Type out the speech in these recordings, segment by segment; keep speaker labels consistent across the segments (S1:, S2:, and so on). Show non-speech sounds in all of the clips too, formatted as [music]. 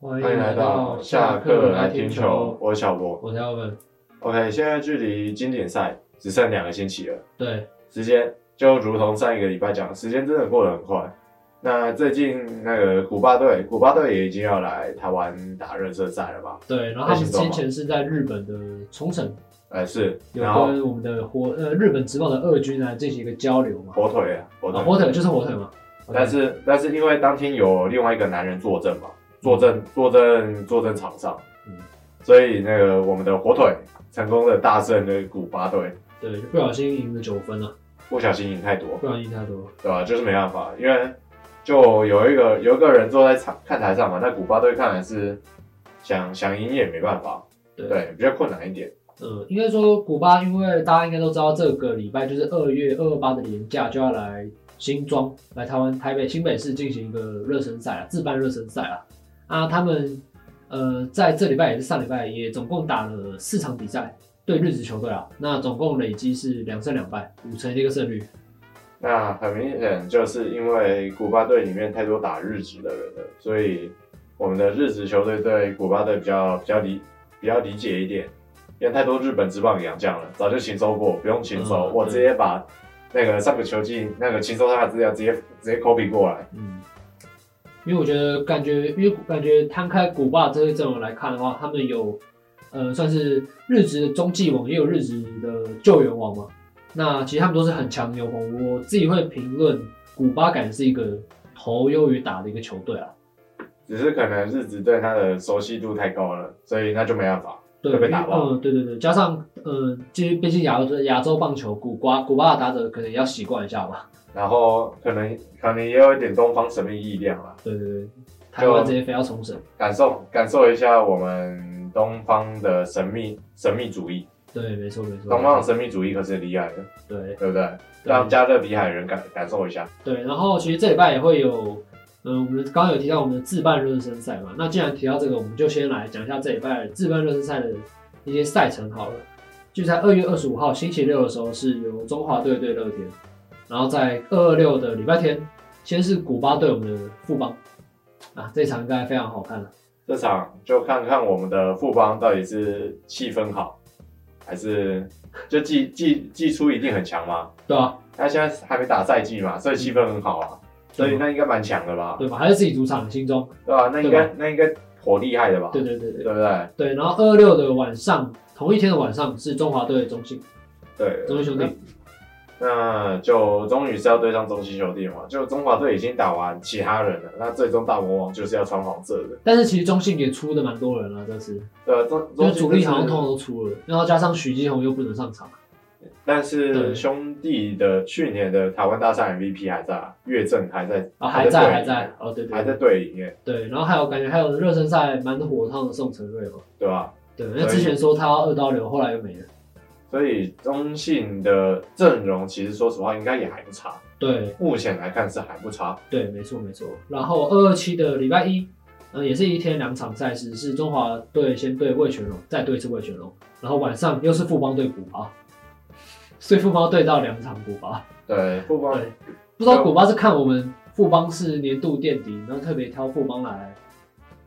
S1: 欢
S2: 欢迎来到下课来听球，，我是小博。
S1: 我是 Alvin。
S2: OK，现在距离经典赛只剩两个星期了，
S1: 对，
S2: 时间就如同上一个礼拜讲，时间真的过得很快。那最近那个古巴队，古巴队也已经要来台湾打热身赛了吧？
S1: 对，然后他
S2: 在
S1: 们
S2: 新庄
S1: 先
S2: 吗
S1: 前是在日本的冲绳，
S2: 呃，是，
S1: 有
S2: 然后
S1: 跟我们的火呃日本职棒的二军来进行一个交流嘛。
S2: 火腿，火
S1: 啊，
S2: 腿，
S1: 火腿就是火腿嘛。
S2: 但
S1: OK，
S2: 是但是因为当天有另外一个男人作证嘛，作证作证作证场上，
S1: 嗯
S2: 所以那个我们的火腿成功的大胜了古巴队，
S1: 对，就不小心赢了九分了，
S2: 不小心赢太多，
S1: 不然赢太多。
S2: 对吧、就是没办法，因为就有一个有一个人坐在场看台上嘛，那古巴队看来是想想赢也没办法，
S1: 对，
S2: 对，比较困难一点，
S1: 嗯，应该说古巴，因为大家应该都知道，这个礼拜就是二月二二八的年假就要来新庄，来台湾台北新北市进行一个热身赛啊，自办热身赛啊。啊，他们呃在这礼拜也是上礼拜也总共打了四场比赛，对日职球队啊，那总共累积是两胜两败，五成的一个胜率。
S2: 那很明显就是因为古巴队里面太多打日职的人了，所以我们的日职球队对古巴队比较比较理比较理解一点，因为太多日本职棒洋将了，早就勤收过，不用勤收，
S1: 嗯
S2: 我
S1: 对
S2: 直接把那个上个球季那个勤收他的资料直接直接 copy 过来。
S1: 嗯，因为我觉得感觉，因为感觉摊开古巴这些阵容来看的话，他们有呃算是日职的中继网，也有日职的救援网嘛。那其实他们都是很强的牛棚，我自己会评论古巴感觉是一个头优于打的一个球队啊。
S2: 只是可能日职对他的熟悉度太高了，所以那就没办法。
S1: 对，
S2: 会被打爆
S1: 因为嗯，对对对，加上呃，其实毕竟亚洲亚洲棒球，古巴古巴的打者可能也要习惯一下吧。
S2: 然后可能可能也有一点东方神秘力量啦，
S1: 对对对，台湾
S2: 就
S1: 直接飞到冲绳。
S2: 感受感受一下我们东方的神秘神秘主义。
S1: 对，没错没错。
S2: 东方的神秘主义可是厉害的，
S1: 对，
S2: 对不对？让加勒比海人感感受一下。
S1: 对，然后其实这礼拜也会有，嗯，我们刚刚有提到我们的自办热身赛嘛，那既然提到这个，我们就先来讲一下这礼拜自办热身赛的一些赛程好了。就在二月二十五号星期六的时候，是由中华队对乐天，然后在二二六的礼拜天，先是古巴对我们的富邦，啊，这场应该非常好看了。
S2: 这场就看看我们的富邦到底是气氛好，还是就季季季初一定很强吗？
S1: 对啊，
S2: 他现在还没打赛季嘛，所以气氛很好啊，所以那应该蛮强的吧？
S1: 对吧？还是自己主场，心中，
S2: 对吧、那应该那应该颇厉害的吧？
S1: 对对对对
S2: 对不对？
S1: 对。然后二六的晚上，同一天的晚上是中华队的中信
S2: 对，
S1: 中信兄弟，
S2: 那就终于是要对上中信兄弟嘛，就中华队已经打完其他人了，那最终大魔王就是要穿黄色的。
S1: 但是其实中信也出的蛮多人了、这次。
S2: 对，啊中
S1: 因为
S2: 中信
S1: 主力好像
S2: 就是
S1: 通常都出了，然后加上许继红又不能上场，啊
S2: 但
S1: 对
S2: 是兄弟的去年的台湾大赛 MVP 还在啊，岳正还在
S1: 啊，还在还
S2: 队里面
S1: 在，哦对
S2: 还
S1: 对
S2: 在队里面，
S1: 对，然后还有感觉还有热身赛蛮火烫的宋承瑞嘛，
S2: 对吧？
S1: 对，因为之前说他要二刀流，后来又没了，
S2: 所以中信的阵容其实说实话应该也还不差，
S1: 对
S2: 目前来看是还不差。
S1: 对，没错没错。然后二二七的礼拜一，嗯、也是一天两场赛事，是中华队先对魏全龙，再对一次魏全龙，然后晚上又是富邦对古巴，所以富邦对到两场古巴，
S2: 对，不光
S1: 对，不知道古巴是看我们富邦是年度垫底，然后特别挑富邦来，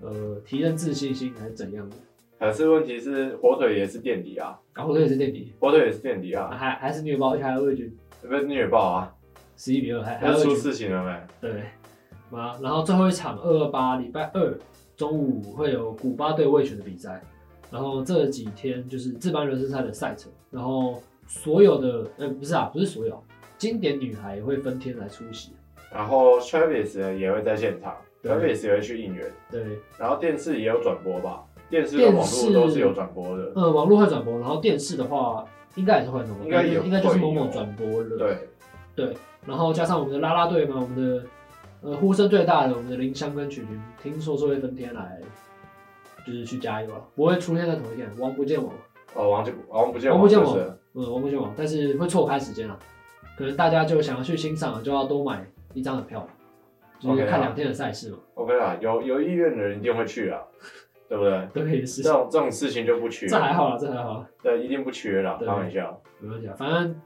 S1: 呃，提振自信心还是怎样的？
S2: 可是问题是火腿也是垫底啊，
S1: 然后我也是垫底，
S2: 火腿也是垫底啊，
S1: 还还是虐爆，而且还二军
S2: 被虐爆啊，
S1: 十一比二，还还
S2: 要
S1: 二
S2: 出
S1: 军
S2: 事情了没？
S1: 对，嘛，然后最后一场二二八礼拜二中午会有古巴对卫权的比赛，然后这几天就是自班人生赛的赛程，然后所有的呃不是啊不是所有，经典女孩也会分天来出席，
S2: 然后 Travis 也会在现场
S1: 对
S2: ，Travis 也会去应援，
S1: 对，
S2: 然后电视也有转播吧，电视跟网络都是有转播的，
S1: 呃网络会转播，然后电视的话应该也是会转播，
S2: 应该也
S1: 应该就是
S2: 会有
S1: 某某转播了，
S2: 对，
S1: 然后加上我们的啦啦队嘛，我们的呃呼声最大的我们的林湘跟曲群，听说是会分天来，就是去加油啊，不会出现在同一天，王不见王，
S2: 哦，王就王不见
S1: 王不见
S2: 就是
S1: 王嗯，王不见王，但是会错开时间啊，可能大家就想要去欣赏，就要多买一张的票，就是
S2: OK 啊
S1: 看两天的赛事嘛，
S2: OK 啦，有有意愿的人一定会去啊，对不对？啊
S1: 都可以试
S2: 这。种这种事情就不缺，
S1: 这还好啦，这还好啦，
S2: 对，一定不缺啦，
S1: 对
S2: 开玩笑。
S1: 没问题啊，反正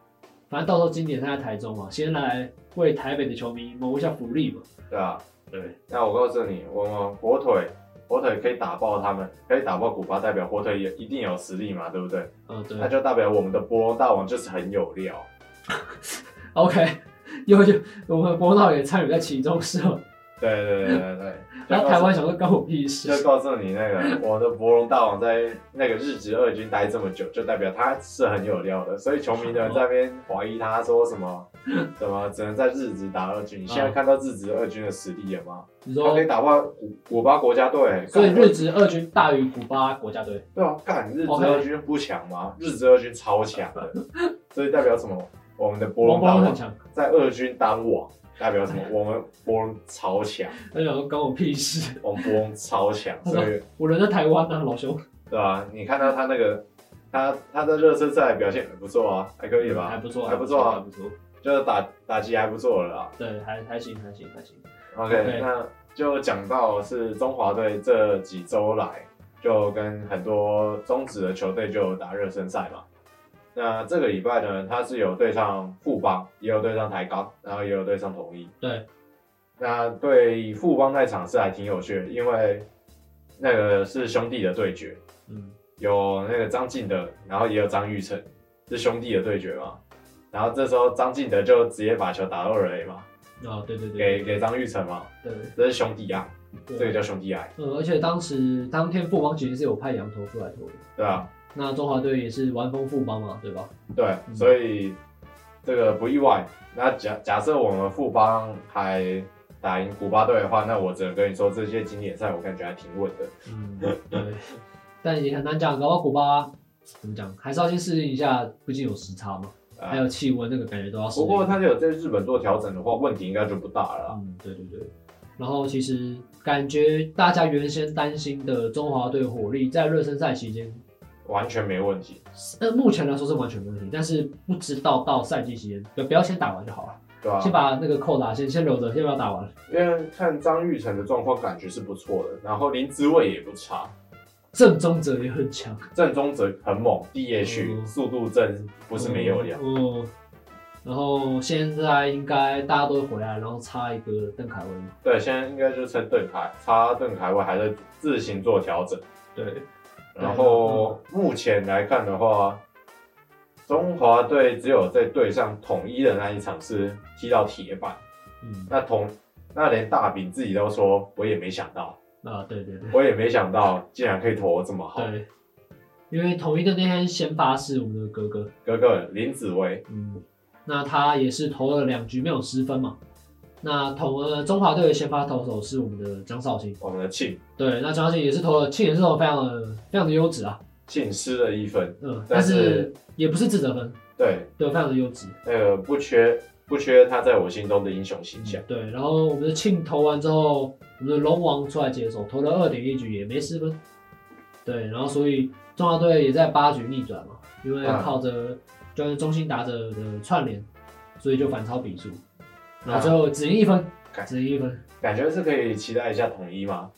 S1: 反正到时候经典赛在台中嘛，先来为台北的球迷谋一下福利嘛，
S2: 对啊，
S1: 对，
S2: 那我告诉你，我们火腿火腿可以打爆他们，可以打爆古巴，代表火腿也一定有实力嘛，对不对？
S1: 嗯，对
S2: 那就代表我们的波大王就是很有料。
S1: ，OK，又就我们波道也参与在其中是吗？
S2: 对对对对对。
S1: 然后
S2: 就告诉
S1: 台湾想说关我屁事，
S2: 就告诉你那个
S1: [laughs]
S2: 我的博龙大王在那个日职二军待这么久，就代表他是很有料的，所以球迷呢在那边怀疑他说
S1: [laughs]
S2: 什么什么只能在日职打二军。你现在看到日职二军的实力了吗？
S1: 你
S2: 他
S1: 嗯说
S2: 可以，打爆古古巴国家队，
S1: 所以
S2: 干
S1: 日职二军大于古巴国家队，
S2: 对啊，干日职
S1: OK
S2: 二军不强吗？日职二军超
S1: [laughs]
S2: 强的，所以代表什么？我们的博
S1: 王
S2: 龙
S1: 波
S2: 大
S1: 很
S2: 王
S1: 强，
S2: 在二军当王，代表什么？我们博龙超强，
S1: 他想说关我屁事，
S2: 我们博龙超强，所以。
S1: 我人在台湾啊，老兄，
S2: 对啊，你看到他那个，他他在热身赛表现很不错啊，还可以吧？
S1: 嗯还不错，
S2: 还不错
S1: 还
S2: 啊，
S1: 不错，
S2: 就是打打击还不错了啦。
S1: 对，还还行，还行，还行，
S2: OK，,
S1: OK
S2: 那就讲到是中华队这几周来，就跟很多中职的球队就有打热身赛嘛。那这个礼拜呢，他是有对上富邦，也有对上台钢，然后也有对上统一。
S1: 对，
S2: 那对富邦那场是还挺有趣的，因为那个是兄弟的对决。
S1: 嗯，
S2: 有那个张敬德，然后也有张玉成，是兄弟的对决嘛。然后这时候张敬德就直接把球打到垒嘛，
S1: 啊，对对对
S2: 给给张玉成嘛，
S1: 对
S2: 这是兄弟爱，
S1: 对，
S2: 这个叫兄弟爱，
S1: 呃，而且当时当天富邦其实是有派羊头出来投的，
S2: 对吧、
S1: 那中华队也是完封富邦嘛，对吧？
S2: 对，
S1: 嗯
S2: 所以这个不意外。那假假设我们富邦还打赢古巴队的话，那我只能跟你说，这些经典赛我感觉还挺稳的。
S1: 嗯，对，但也很难讲，搞不好古巴怎么讲，还是要先适应一下，毕竟有时差嘛，
S2: 啊
S1: 还有气温那个感觉都要适
S2: 不
S1: 应。
S2: 过他有在日本做调整的话，问题应该就不大了啦。
S1: 嗯，对对对。然后其实感觉大家原先担心的中华队火力，在热身赛期间，
S2: 完全没问题，
S1: 呃，目前来说是完全没问题，但是不知道到赛季期间，不不要先打完就好了，
S2: 对吧、
S1: 先把那个扣打先先留着，先不要打完。
S2: 因为看张玉成的状况，感觉是不错的，然后林志伟也不差，
S1: 正宗者也很强，
S2: 郑宗哲很猛，DH、
S1: 嗯
S2: 速度正不是没有的，
S1: 嗯。嗯然后现在应该大家都回来，然后差一个邓凯威嘛。
S2: 对，现在应该就是趁邓凯差邓凯威还在自行做调整，
S1: 对，
S2: 然后
S1: 嗯
S2: 目前来看的话，中华队只有在对上统一的那一场是踢到铁板，
S1: 嗯，
S2: 那统那连大饼自己都说，我也没想到，
S1: 啊，对对对
S2: 我也没想到竟然可以投得这么好，
S1: 对，因为统一的那天先发是我们的格格，
S2: 哥哥林子维
S1: 嗯，那他也是投了两局没有失分嘛。那统呃中华队的先发投手是我们的张绍兴，
S2: 我们的庆
S1: 对，那张绍兴也是投了，庆也是投得非常的非常的优质啊，
S2: 庆失了一分。
S1: 嗯，
S2: 但
S1: 但
S2: 是
S1: 是也不是自责分，
S2: 对，
S1: 对，非常的优质。
S2: 那个呃不缺不缺他在我心中的英雄形象。
S1: 对，然后我们的庆投完之后，我们的龙王出来接手，投了二点一局也没失分。对，然后所以中华队也在八局逆转嘛，因为
S2: 嗯
S1: 靠着就是中心打者的串联，所以就反超比数，然后最后只赢一分
S2: 感，
S1: 只赢一分，
S2: 感觉是可以期待一下统一吗？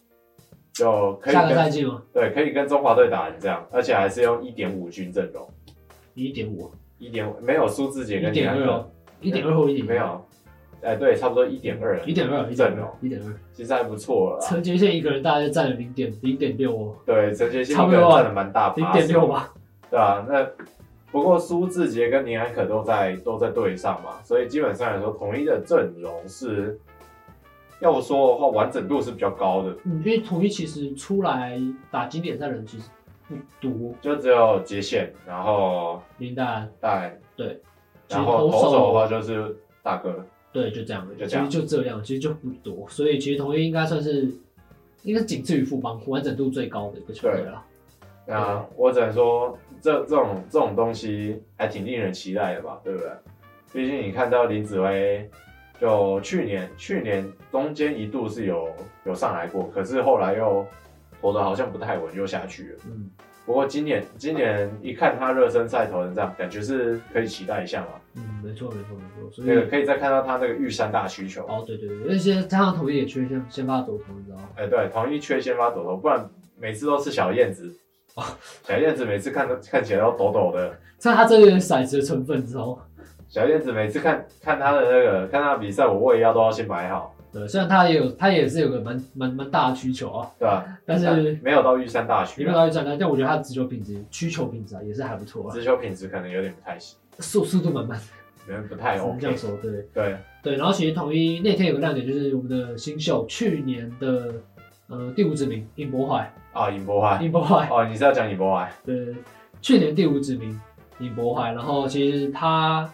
S2: 就可以
S1: 下个赛
S2: 跟
S1: 季嘛，
S2: 对，可以跟中华队打成这样，而且还是用一点五军阵容，
S1: 一点五，
S2: 一点没有苏志杰
S1: 一
S2: 跟
S1: 点
S2: 杨
S1: 二
S2: 德
S1: 哦，一点二后一点
S2: 没，有，哎、对，差不多一点二，
S1: 一点二，一点
S2: 阵容
S1: 二，一点二，
S2: 其实还不错了啦。
S1: 陈杰宪一个人大概占了零点零点六哦，
S2: 对，陈杰
S1: 差
S2: 鑫一
S1: 不
S2: 个
S1: 多啊
S2: 人占了蛮大
S1: 零
S2: 趴
S1: 点
S2: 数，
S1: 六吧，
S2: 对啊，那不过苏志杰跟林安可都在都在队上嘛，所以基本上来说，统一的阵容是要说的话，完整度是比较高的，
S1: 嗯，因为统一其实出来打经典赛的人其实不多，
S2: 就只有接线，然后
S1: 林丹
S2: 带，
S1: 对，
S2: 然后
S1: 其实投
S2: 投
S1: 手
S2: 手的话就是大哥，
S1: 对，就这样了，
S2: 就
S1: 其
S2: 这样
S1: 实就这样，其实就不多，所以其实统一应该算是，应该仅次于富邦完整度最高的一个球队了。
S2: 那我只能说这这种这种东西还挺令人期待的吧，对不对？毕竟你看到林子威，就去年去年中间一度是有有上来过，可是后来又投的好像不太稳，又下去了。
S1: 嗯
S2: 不过今年今年一看他热身赛投成这样，感觉是可以期待一下嘛。
S1: 嗯，没错没错没错，所
S2: 那个
S1: 以
S2: 可以再看到他那个玉山大需求，
S1: 哦对对对，而且加上统一也缺像先发左投，你知道吗？
S2: 哎、对，同一缺先发抖抖，不然每次都是小燕
S1: [laughs]
S2: 子。小燕子每次看都看起来都抖抖的，
S1: 这他这个骰子的成分，你知道吗？
S2: 小燕子每次看看他的那个看他的比赛，我胃药都要先买好，
S1: 对，虽然他也有，他也是有个蛮蛮蛮大的需求啊，
S2: 对吧？
S1: 但是
S2: 没有到玉山大
S1: 你
S2: 学
S1: 没有
S2: 啊，
S1: 到一转但我觉得他的直球品质、需求品质啊也是还不错啊，
S2: 直球品质可能有点不太行，
S1: 速速度蛮慢，
S2: 可能不
S1: 只
S2: 太
S1: 能这样
S2: 哎 OK。
S1: 说，对
S2: 对，
S1: 对。然后其实统一那天有个亮点就是我们的新秀去年的呃第五指名尹博海，
S2: 啊，尹博怀，
S1: 尹博海，
S2: 哦，你是要讲尹博怀？
S1: 对，去年第五指名尹博海，然后其实他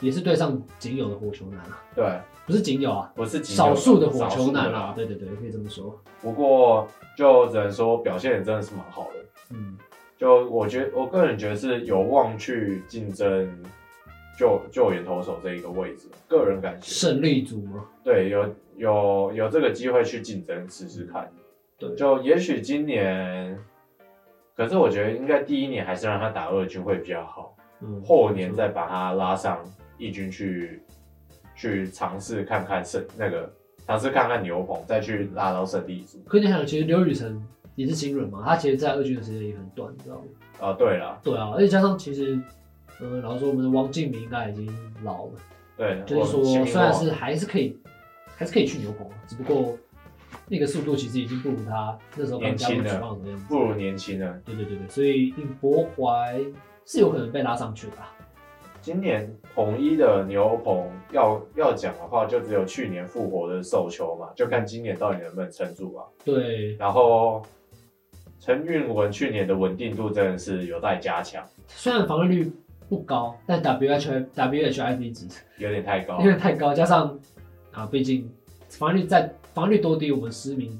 S1: 也是队上仅有的火球男啊，
S2: 对，
S1: 不是仅有啊，
S2: 我是仅有
S1: 少数的火
S2: 少
S1: 球
S2: 数的
S1: 男啊
S2: 啦，，
S1: 对对对，可以这么说，
S2: 不过就只能说表现也真的是蛮好的。
S1: 嗯，
S2: 就我觉我个人觉得是有望去竞争救救援投手这一个位置，个人感觉
S1: 胜利组嘛，
S2: 对有有有这个机会去竞争试试看。
S1: 对
S2: 就也许今年，可是我觉得应该第一年还是让他打二军会比较好，
S1: 嗯，
S2: 后年再把他拉上一军去去尝试看看胜那个尝试看看牛棚，再去拉到胜利组。
S1: 可你想，其实刘雨辰也是新人嘛，他其实在二军的时间也很短，你知道吗？
S2: 啊，对了，
S1: 对啊，而且加上其实，呃，老实说，我们的王敬明应该已经老了，
S2: 对，
S1: 就
S2: 我
S1: 是说
S2: 新兵
S1: 虽然
S2: 王
S1: 是还是可以，还是可以去牛棚，啊只不过那个速度其实已经不如他那时候刚加入
S2: 年轻
S1: 职
S2: 的
S1: 棒的样子。
S2: 不如年轻人。
S1: 对对对对，所以尹博怀是有可能被拉上去的啊、
S2: 今年统一的牛棚要要讲的话，就只有去年复活的寿球嘛，就看今年到底能不能撑住吧。
S1: 对，
S2: 然后陈韵文去年的稳定度真的是有待加强，
S1: 虽然防御率不高，但 WHI WHIP 值
S2: 有点太高
S1: 因。为太高，加上啊，毕竟防御率在防御率多低，我们失明，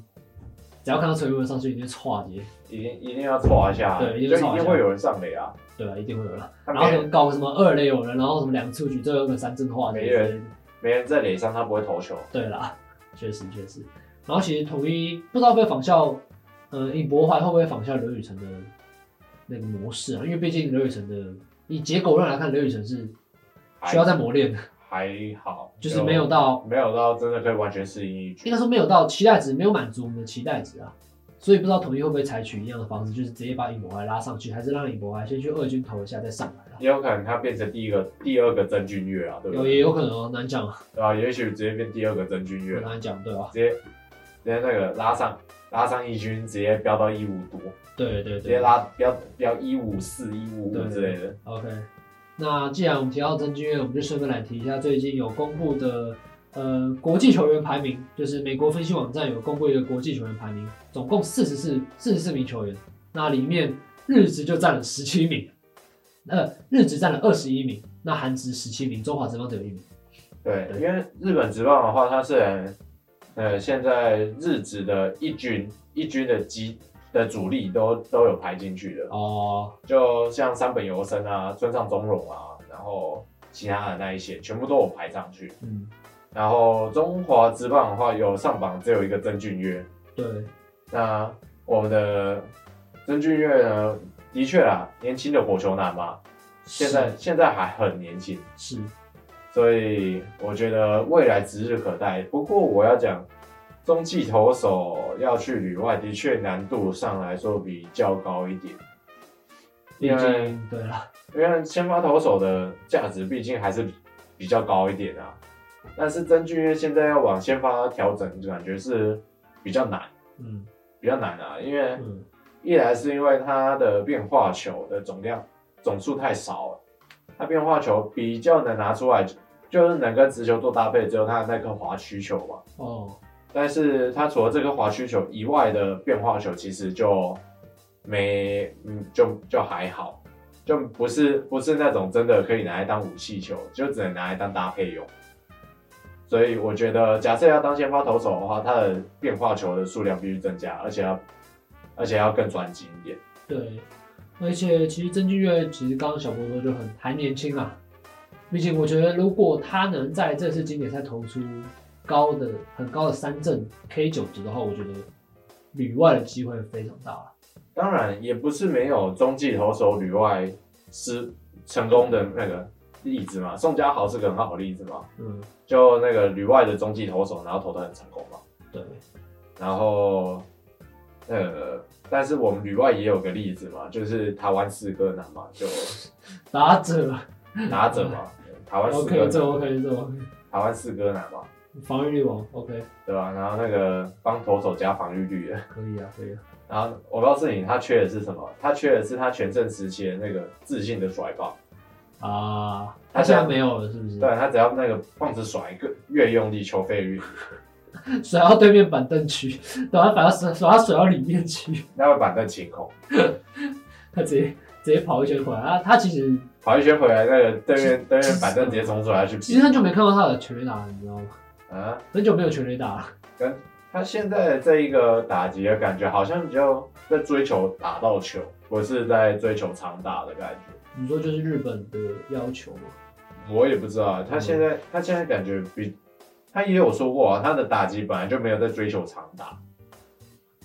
S1: 只要看到崔文上去，一定错接，
S2: 一定一定要错一下，
S1: 对一定
S2: 就
S1: 要
S2: 一
S1: 凑一下
S2: 定会有人上垒啊。
S1: 对吧、一定会有了。
S2: 他
S1: 然后
S2: 没
S1: 可
S2: 人
S1: 能搞个什么二垒有人，然后什么两出局，最后有个三振化解之类的。
S2: 没人在垒上，他不会投球。
S1: 对啦，确实确实。然后其实统一不知道会不会仿效，呃，尹博怀会不会仿效刘雨辰的那个模式啊？因为毕竟刘雨辰的以结果论来看，刘雨辰是
S2: 还
S1: 需要再磨练的，
S2: 还好，
S1: 就是没有到
S2: 没有到真的可以完全适应一
S1: 应
S2: 局
S1: 该。说没有到期待值，没有满足我们的期待值啊。所以不知道统一会不会采取一样的方式，就是直接把尹博怀拉上去，还是让尹博怀先去二军投一下再上来啊？
S2: 也有可能他变成第一个、第二个曾俊乐啊，对不
S1: 有也
S2: 对？
S1: 有可能哦，难讲啊，
S2: 对啊，也许直接变第二个曾俊乐
S1: 很。难讲，对吧、
S2: 直接直接那个拉上拉上一军，直接飙到一五多，
S1: 对对
S2: 直接
S1: 对
S2: 拉飙飙一五四、一五五之类的。
S1: ，OK。那既然我们提到曾俊乐，我们就顺便来提一下最近有公布的呃国际球员排名，就是美国分析网站有公布一个国际球员排名，总共四十四四十四名球员，那里面日职就占了十七名，呃，日职占了二十一名，那韩职十七名，中华职棒只有一名。
S2: 对，
S1: 对
S2: 因为日本职棒的话，它是很呃现在日职的一军一军的基的主力都都有排进去的，
S1: 哦，
S2: 就像三本游生啊、村上宗荣啊，然后其他的那一些全部都有排上去。
S1: 嗯，
S2: 然后中华职棒的话，有上榜只有一个曾俊岳，
S1: 对，
S2: 那我们的曾俊岳呢，的确啦，年轻的火球男嘛，现在现在还很年轻，
S1: 是是
S2: 所以我觉得未来指日可待。不过我要讲，中继投手要去旅外，的确难度上来说比较高一点，
S1: 毕
S2: 因为
S1: 竟对了，
S2: 因为先发投手的价值毕竟还是比比较高一点啊。但是曾俊岳现在要往先发调整，感觉是比较难，
S1: 嗯
S2: 比较难啊，因为。
S1: 嗯，
S2: 一来是因为它的变化球的总量总数太少了，它变化球比较能拿出来，就是能跟直球做搭配，只有它的那颗滑曲球嘛。
S1: 哦，
S2: 但是它除了这颗滑曲球以外的变化球，其实就没，嗯，就就还好，就不是不是那种真的可以拿来当武器球，就只能拿来当搭配用。所以我觉得，假设要当先发投手的话，他的变化球的数量必须增加，而且要而且要更专精一点。
S1: 对，而且其实曾俊乐其实刚刚小波说就很还年轻啊，毕竟我觉得如果他能在这次经典赛投出高的很高的三振 K 九值的话，我觉得旅外的机会非常大啊。
S2: 当然，也不是没有中继投手旅外失成功的那个例子嘛。宋家豪是个很好的例子嘛，
S1: 嗯，
S2: 就那个旅外的中继投手，然后投得很成功嘛。
S1: 对，
S2: 然后，呃，但是我们旅外也有个例子嘛，就是台湾四哥男嘛，就
S1: 打者
S2: 拿着嘛，台湾四哥
S1: OK，这
S2: 男，
S1: OK，这 OK，
S2: 台湾四哥男嘛，
S1: 防御率王，OK，
S2: 对吧、然后那个帮投手加防御率的，
S1: [laughs] 可以啊，可以啊，
S2: 然后我告诉你，他缺的是什么？他缺的是他全盛时期的那个自信的甩棒。
S1: 啊，
S2: 他
S1: 他
S2: 现
S1: 现
S2: 在
S1: 在没有了，是不是？
S2: 对，他只要那个棒子甩一个越用力，球飞越，
S1: 甩到对面板凳 [laughs] 区，等他把他甩甩到甩到里面去，
S2: 那会板凳晴空，
S1: 他直接直接跑一圈回来。啊他他其实
S2: 跑一圈回来，那个对面对面板凳直接冲出来去
S1: 其实
S2: 比
S1: 很久没看到他的全垒打了，你知道吗？
S2: 啊！
S1: 很久没有全垒打了。
S2: 他现在的这一个打击的感觉，好像比较在追求打到球，不是在追求长打的感觉。
S1: 你说就是日本的要求嘛？
S2: 我也不知道啊，他现在、
S1: 嗯
S2: 他现在感觉比他也有说过啊，他的打击本来就没有在追求长打，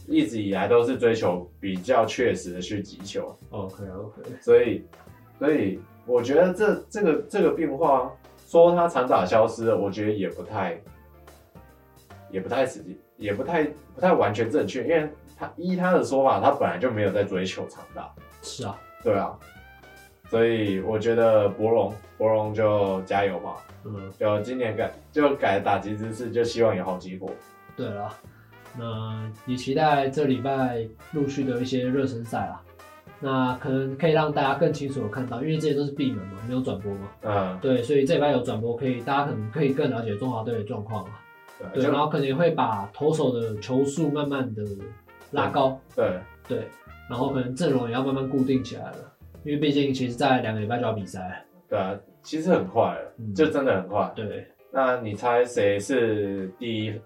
S2: 一直以来都是追求比较确实的去击球，
S1: 哦，可以啊，OK，
S2: 所以所以我觉得这这个这个变化，说他长打消失了，我觉得也不太也不太实际，也不太不太完全正确，因为他依他的说法，他本来就没有在追求长打，
S1: 是啊，
S2: 对啊，所以我觉得博龙博龙就加油吧。
S1: 嗯，
S2: 就今年改就改打击姿势，就希望有好结果。
S1: 对了，那也期待这礼拜陆续的一些热身赛啦。那可能可以让大家更清楚的看到，因为之前都是闭门嘛，没有转播嘛，
S2: 嗯，
S1: 对，所以这礼拜有转播，可以大家可能可以更了解中华队的状况啊。对，
S2: 对，
S1: 然
S2: 就
S1: 后可能会把投手的球速慢慢的拉高，
S2: 对，
S1: 对，然后可能阵容也要慢慢固定起来了，因为毕竟其实在两个礼拜就要比赛了，
S2: 对啊，其实很快了，
S1: 嗯
S2: 就真的很快。
S1: 对，
S2: 那你猜谁是第一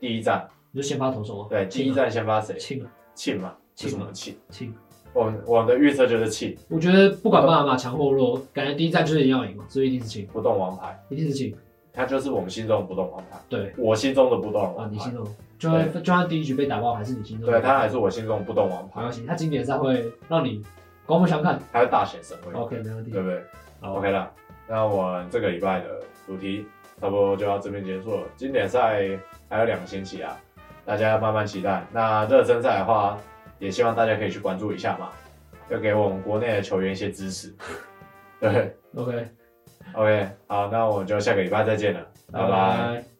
S2: 第一站？
S1: 你就先发投手啊，
S2: 对，第一
S1: 战
S2: 站先发谁？
S1: 庆啊
S2: 庆嘛，
S1: 庆
S2: 是
S1: 嘛
S2: 什么庆？
S1: 庆，
S2: 我们我们的预测就是庆，
S1: 我觉得不管骂骂强或弱，感觉第一站就是一定要赢嘛，所以一定是庆，
S2: 不动王牌，
S1: 一定是庆，
S2: 他就是我们心中的不动王牌，
S1: 对，
S2: 我心中的不动
S1: 啊，
S2: 王
S1: 你
S2: 牌
S1: 心。中就算就算第一局被打爆，还是你心中，啊
S2: 对他还是我心中的不动王
S1: 没
S2: 牌
S1: 关，系，他经典赛会让你刮目相看
S2: 他是大显神威，
S1: ，OK，没问题
S2: 对，不对
S1: 好
S2: ？OK 了，那我们这个礼拜的主题差不多就到这边结束了。经典赛还有两个星期啊，大家慢慢期待。那热身赛的话，也希望大家可以去关注一下嘛，要给我们国内的球员一些支持。 [laughs] 对
S1: ，OK，
S2: ，OK，好，那我们就下个礼拜再见了，拜拜。
S1: 拜。